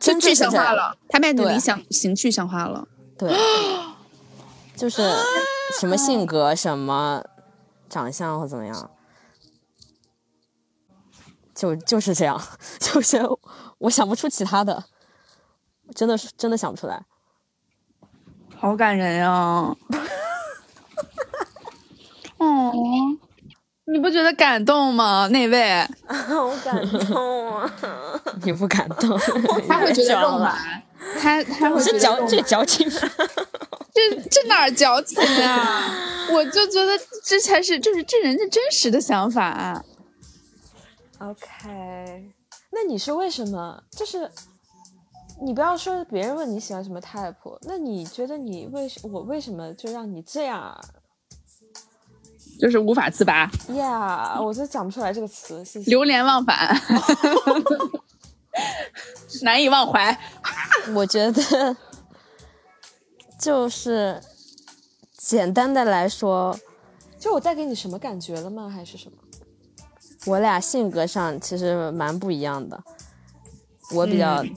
就
真
具
就是
象
这
化
样。
了，他把你的
对
理想型具象化了。
对，就是什么性格、什么长相或怎么样，就就是这样， 就是我想不出其他的，真的是真的想不出来。
好感人啊！ 哦，你不觉得感动吗？那位
好感动啊！
你不敢动，
他会觉得肉
装了，
麻，他他会觉
这
得
矫
肉麻
这矫情，
这这哪儿矫情 啊？我就觉得这才是就是这人家真实的想法、啊。
OK，那你是为什么？就是你不要说别人问你喜欢什么 type，那你觉得你为什我为什么就让你这样啊
就是无法自拔，
？Yeah，我真讲不出来这个词，谢谢。
流连忘 返，难以忘怀。
我觉得就是简单的来说，
就我带给你什么感觉了吗？还是什么？
我俩性格上其实蛮不一样的，我比较
嗯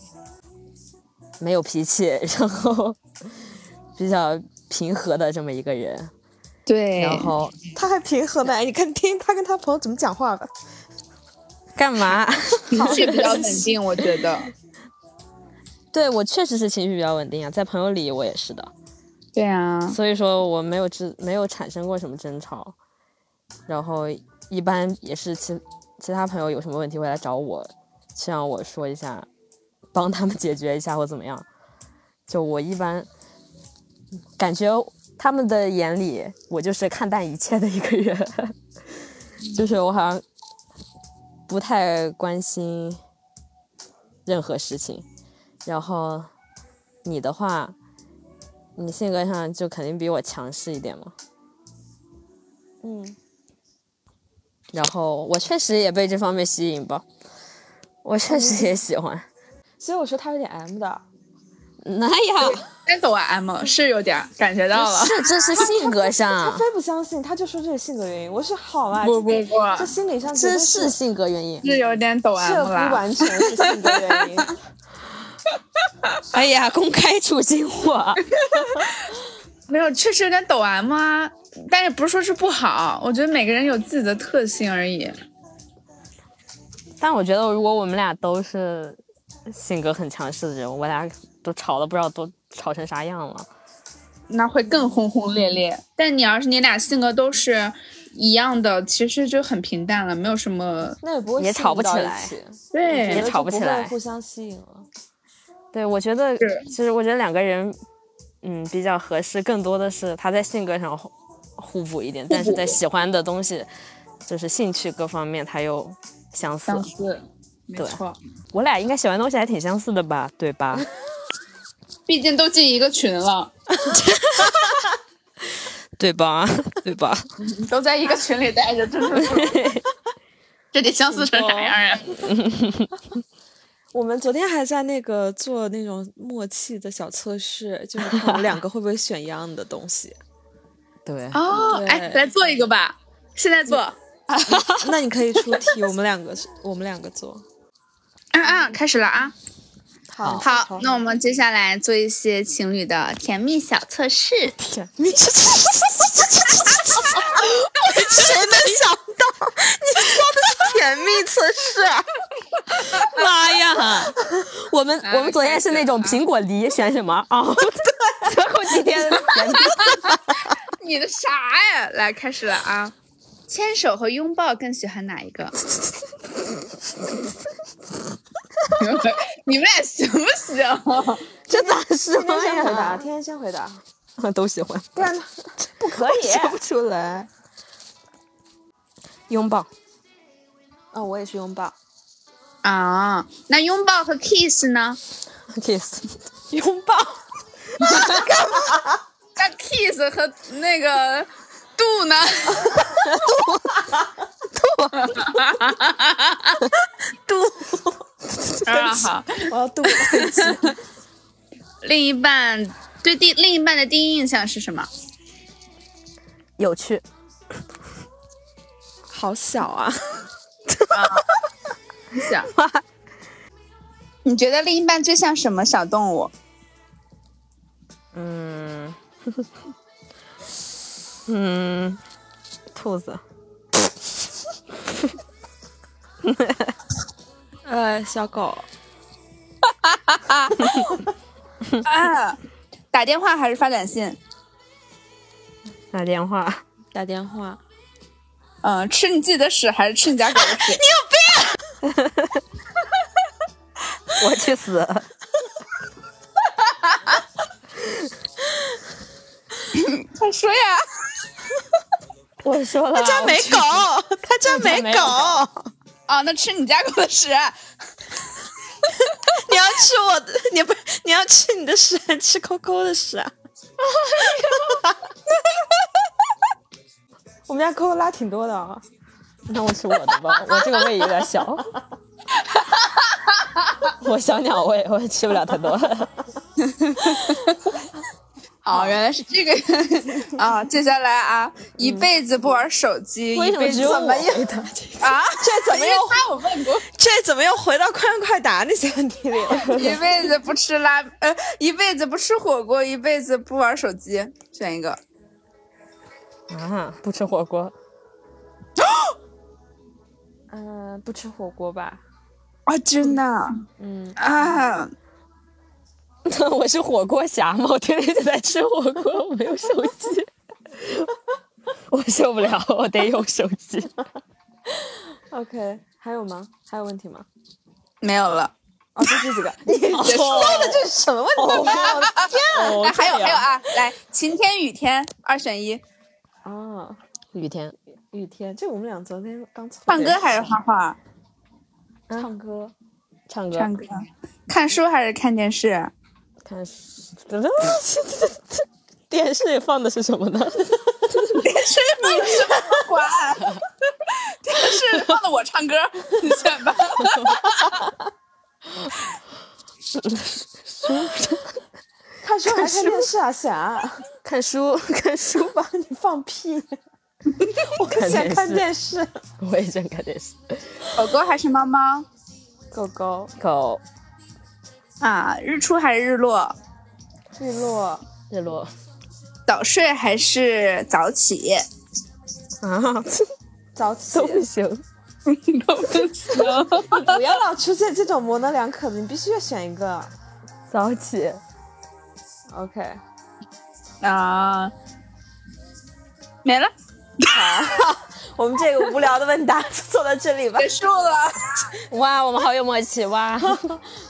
没有脾气， 然后比较平和的这么一个人，
对，
然后
他还平和呢，你看听他跟他朋友怎么讲话吧。
干嘛？
情绪比较稳定，我觉得。
对我确实是情绪比较稳定啊，在朋友里我也是的，
对啊，
所以说我没有争，没有产生过什么争吵，然后一般也是其其他朋友有什么问题会来找我，去让我说一下，帮他们解决一下或怎么样。就我一般感觉他们的眼里，我就是看淡一切的一个人， 就是我好像不太关心任何事情。然后你的话，你性格上就肯定比我强势一点嘛。
嗯，
然后我确实也被这方面吸引吧，我确实也喜欢。
所以我说他有点 M 的，
那呀，
但懂啊，M 是有点儿感觉到 了。
是这是性格
他
上，
非不相信，他就说这是性格原因。我说好啊，
不不不，
这心理上绝对
这是性格原因。
是有点懂
这
M
不
啦。
完全是性格原因。
哎呀，公开处刑我，
没有，确实有点抖 M 啊，但也不是说是不好，我觉得每个人有自己的特性而已。
但我觉得如果我们俩都是性格很强势的人，我俩都吵了不知道都吵成啥样了。
那会更轰轰烈烈。但你要是你俩性格都是一样的，其实就很平淡了，没有什么
那也不会
也
吸
吵
引
不
到
起
一
来
起
对
也吵不起
就
来
会互相吸引了。
对，我觉得
是
其实我觉得两个人，嗯，比较合适，更多的是他在性格上互互补一点，但是在喜欢的东西，就是兴趣各方面，他又相似。
相似，没
对
错。
我俩应该喜欢的东西还挺相似的吧，对吧？
毕竟都进一个群了，
对吧？ 对吧？
都在一个群里待着，真的 是，这得相似成啥样啊？
我们昨天还在那个做那种默契的小测试，就是看我们两个会不会选一样的东 西。
对，
哦，哎，来做一个吧，现在做啊
那你可以出题，我们两个我们两个做。
嗯
啊，开始了啊！
好
好，那我们接下来做一些情侣的甜蜜小测试。
你
甜蜜测试啊，
妈呀！我们我们昨天是那种苹果梨选什么 啊？然后今天
你的啥呀？来，开始了啊！牵手和拥抱更喜欢哪一个？你们你们俩行不行？
这咋是
天天先回
吗
答，天天先回答，
呀？都喜欢，
不然不可以。
说不出来。拥抱，
啊，我也是拥抱，
啊，那拥抱和 kiss 呢？
kiss，
拥抱，
那 kiss 和那个度 呢？
啊，好，
我要度过这一期。
另一半对第另一半的第一印象是什么？
有趣，
好小啊！
想，你觉得另一半最像什么小动物？
嗯，兔子，
呃，小狗
啊， 打电话还是发短信？
打电话，
打电话，
嗯、吃你自己的屎还是吃你家狗的 屎？
我去死，
快说呀！
我说了，
他没狗， 他真没
没
狗。
啊，那吃你家狗的屎，哦
你要吃我的，你不，你要吃你的屎，还吃抠抠的屎 啊？
我们家扣拉挺多的啊，
那我吃我的 吧，我这个胃有点小。我小鸟胃，我也吃不了太多。
哦，原来是这个啊！接下来啊，
嗯
一辈子不玩手机，
为
一
什么
辈
只
子
有我
怎么
回
样
答这个？
啊？
这怎么
因为
又
他我问过，
这怎么又回到快问快答那些问题里了？
一辈子不吃拉呃，一辈子不吃火锅，一辈子不玩手机，选一个。
啊，不吃火 锅，呃
嗯、不吃火锅吧？
啊，真的，
嗯，
啊，
我是火锅侠吗？我天天就在吃火锅，我没有手 机，我受不了，我得有手机。
OK，还有吗？还有问题吗？
没有了。
哦，就这几个。你
结束了
这是什么问题？啊
哦
哎，还有
这
还有
样
啊，来，晴天雨天二选一，
哦，
雨天，
雨天，这我们俩昨天刚凑
唱歌
对
还是画画？
唱歌，
唱歌，
唱歌，看书还是看电视？
看是，电视放的是什么呢？
什么管？ 电视放的我唱歌，你选 吧。
看书还看电视啊？啥？
看书，看书吧。
你放屁！
我看
想
电
看
视，
电视。
我也想看电视。
狗狗还是猫猫？
狗狗
狗，
啊，日出还是日落？
日落，
日落
早睡还是早起？
啊，
早起
都。不行。
不要老出现这种模棱两可的，你必须要选一个。
早起，
OK，
啊，没了，
我们这个无聊的问答就做到这里吧。
结束了。
哇，我们好有默 契，哇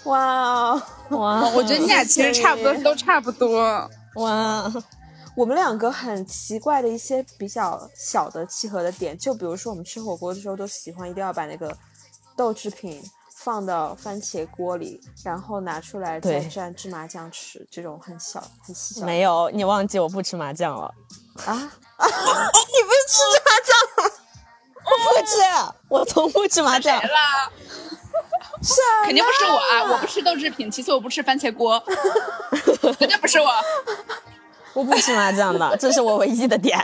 哇哦，
哇
我觉得你俩其实差不多，都差不多。
哇，
我们两个很奇怪的一些比较小的契合的点，就比如说我们吃火锅的时候都喜欢一定要把那个豆制品放到番茄锅里，然后拿出来再
对
蘸芝麻酱吃，这种很小很细小的
没有，你忘记我不吃麻酱了。
啊。
你不是吃麻酱吗？我不吃，我从不吃麻 酱。
肯定不是我
哎
啊！我不吃豆制品，其次我不吃番 茄锅，绝对不是我。
我不吃麻 酱的，这是我唯一的点。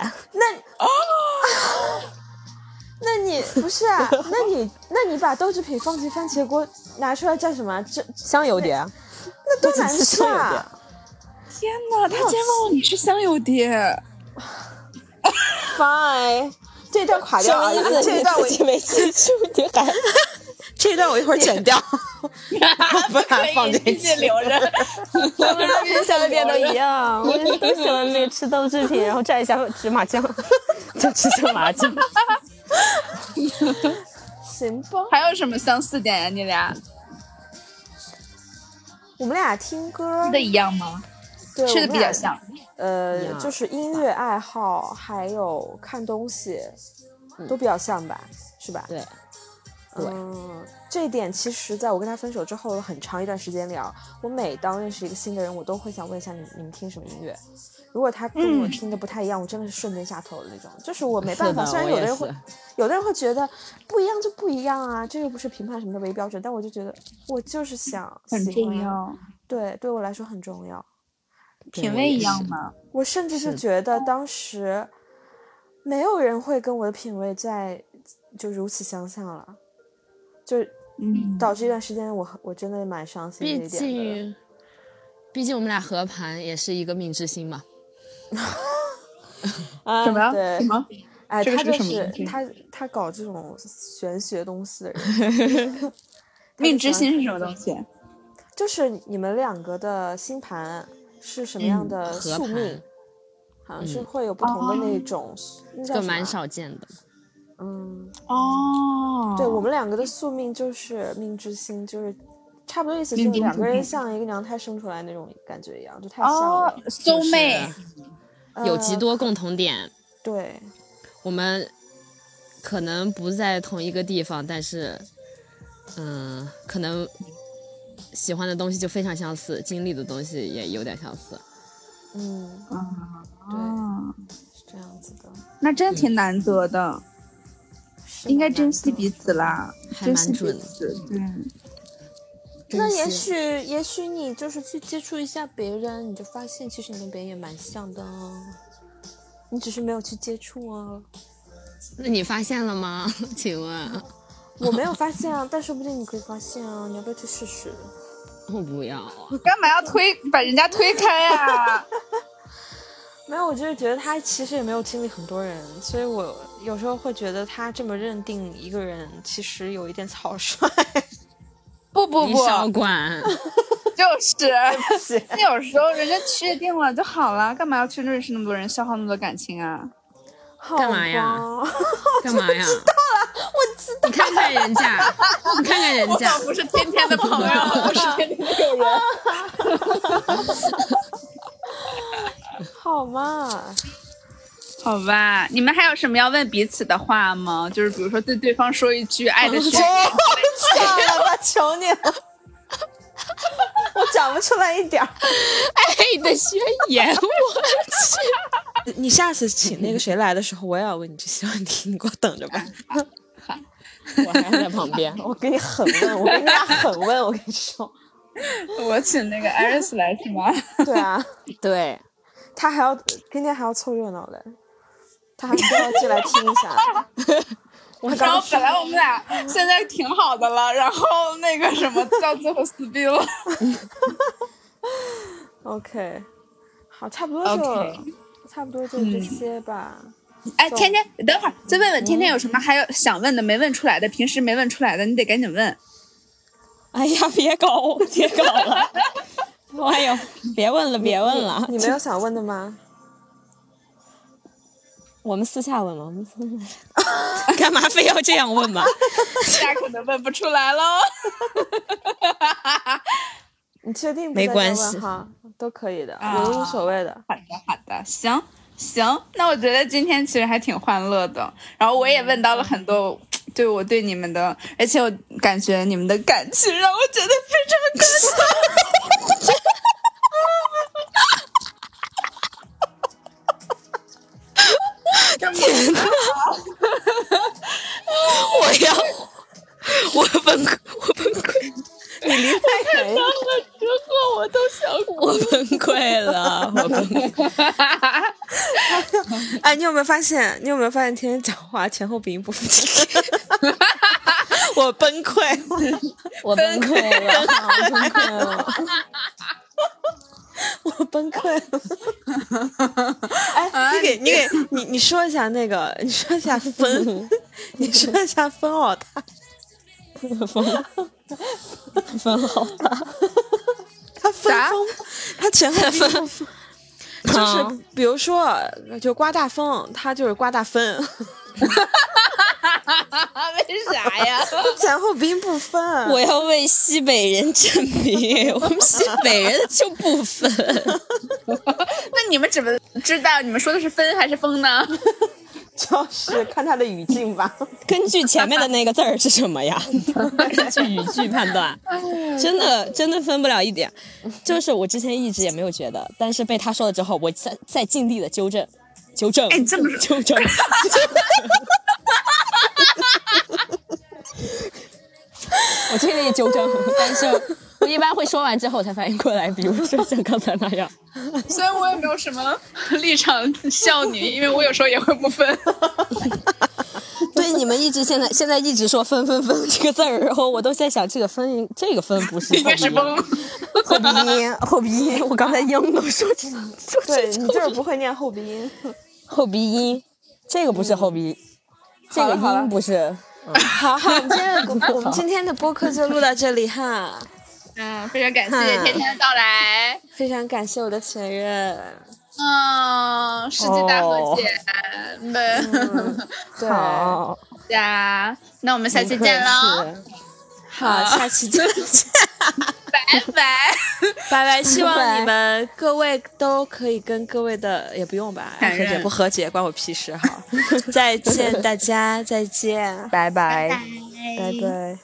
那你不是 啊？那你那你把豆制品放进番茄锅拿出来蘸什么啊？这
香油碟，
那多难吃
有点
啊！
天 哪，他竟然问我你吃香油碟，
Fine，这段垮掉啊，这一段我
自己没记住，你 还
这一段我一会儿剪 掉，不然放进去。
我们跟小的点都一样， 我都喜欢那个吃豆制品，然后蘸一下芝麻酱， 就吃芝麻酱。
行吧。
还有什么相似点呀、你俩
我们俩听歌
吃的一样吗？
对
吃的
我们
比
俩
较像，
呃，
样
就是音乐爱好，还有看东西，
嗯
都比较像吧，是吧？
对，对
嗯，这一点其实在我跟他分手之后，很长一段时间里啊，我每当认识一个新的人，我都会想问一下你你们听什么音乐。如果他跟我听的不太一样，我真的是瞬间下头的那种，就是我没办法。
嗯是
虽
的
然
我
有的
也
人会
是，
有的人会觉得不一样就不一样啊，这又不是评判什么的唯一标准，但我就觉得我就是想
很
喜
重
欢，
要。
对，对我来说很重要。
品味一样吗？
我甚至就是觉得当时没有人会跟我的品味在就如此相像了，就
嗯，
导致一段时间我很我真的蛮伤心
毕
这一点的。
竟，毕竟我们俩合盘也是一个命之星嘛。
啊
什么呀？
对
什，么？
哎，
这个
他
是
就
什么
是
东西
他他搞这种玄学东西的人，
命之心是什么东西？
就是你们两个的星盘是什
嗯
么样的
合
宿
盘
命，好像是会有不同的那种，那
这
叫
个
什么
蛮
啊
少见的。
嗯。
哦，
对我们两个的宿命就是命之星，就是差不多意思，就是
命中
两个
注
人
定
像一个娘胎生出来那种感觉一样，就太像
哦
了。
，soul mate，
哦
呃
有极多共同点，
对，
我们可能不在同一个地方，但是，嗯、可能喜欢的东西就非常相似，经历的东西也有点相似。
嗯，对，
哦，
是这样子的，
那真的挺难得的，
是
应该
蛮
珍
难
惜
得
彼此啦，
还
珍
蛮
惜彼
准的
此。对，
嗯
那也许，也许你就是去接触一下别人，你就发现其实你跟别人也蛮像的哦，你只是没有去接触哦。
那你发现了吗？ 请问，
我没有发现啊，但说不定你可以发现啊，你要不要去试试？
我不要啊。
干嘛要推把人家推开啊 呀、
没有，我就是觉得他其实也没有经历很多人，所以我有时候会觉得他这么认定一个人，其实有一点草率。
不不
你
不，
少管，
就是，那有时候人家确定了就好了，干嘛要去认识那么多人，消耗那么多感情啊？
干嘛呀
好吧
干嘛呀？知道了，我知道。你看看人家，你看看人家，
不是天天的朋 友，不是天天的友人。
好 嘛，
好吧，你们还有什么要问彼此的话吗？就是比如说对对方说一句爱的宣言。
算了吧，求你了， 我讲不出来一点儿。
爱的宣 言，
你下次请 那个谁来的时候，我也要问你这些问题，你给我等着吧。
我还在旁边。
我给你狠问，我给你俩狠问，我跟你说。
我请那个 Iris 来是吗？
对啊，
对，
他还要今天还要凑热闹嘞，他还说要进来听一下。 我
然后
刚
本来 我们俩现在挺好的了，然后那个什么到最后撕逼了。
OK，好，差不多就
OK
差不多就这些吧。
哎，天天等会儿再问问天天有什么还有想问的没问出来的，平时没问出来的，你得赶紧问。
哎呀，别搞我，别搞 了！哎呦，别问了，别问
嗯
了，
你没有想问的吗？
我们私下问吧，我们私下问 干嘛非要这样问吧？
大家可能问不出来喽。
你确定不
没
再
关
问
系
哈，都可以的，
啊
我无所谓的。
好的，好的，行行，那我觉得今天其实还挺欢乐的，然后我也问到了很多。对我对你们的，而且我感觉你们的感情让我觉得非常感动。
我要，我崩溃，我崩溃，我崩溃了，我崩溃。 哎，你有没有发现？你有没有发现天天讲话前后鼻音不符？ 我崩溃了，
我崩 溃了，
崩溃了， 我崩溃了。哎，你给你给你你说一下那个，你说一下 分，你说一下分好大，
分好大，
它分
啥
风，它前后分，嗯就是比如说就刮大风，它就是刮大 风，
为啥呀？
前后鼻音不分。
我要为西北人证明，我们西北人就不分。
那你们怎么知道你们说的是分还是风呢？
就是看它的语境吧。
根据前面的那个字儿是什么呀？根据语句判断， 真的真的分不了一点。就是我之前一直也没有觉得，但是被他说了之后，我在在尽力的纠正，纠正，
哎你这么说
纠正。 我尽力纠正，但是我一般会说完之后才反应过来，比如说像刚才那样。
虽然我也没有 什么立场笑你，因为我有时候也会 不分。
对，你们一直现在现在一直说“分分分”这个字儿，然后我都在想，这个“分”这个“分”不是
应该是崩，
后鼻 音，后鼻音，我刚才英都说 出说出
对你就是不会念后鼻音。
后鼻音，这个不是后鼻，这个音不是。
好好，我们今天的我们今天的播客就录到这里哈，
嗯，非常感谢天天的到来，
非常感谢我的前任。
嗯，世界大和解，嗯，
对，
好，
家，那我们下期见喽，
好，下期 再见，
拜拜。
拜拜！希望
拜
你们各位都可以跟各位的，也不用吧，
前
和
任
解不和解关我屁 事哈。再见大家，再见，
拜拜。
拜拜。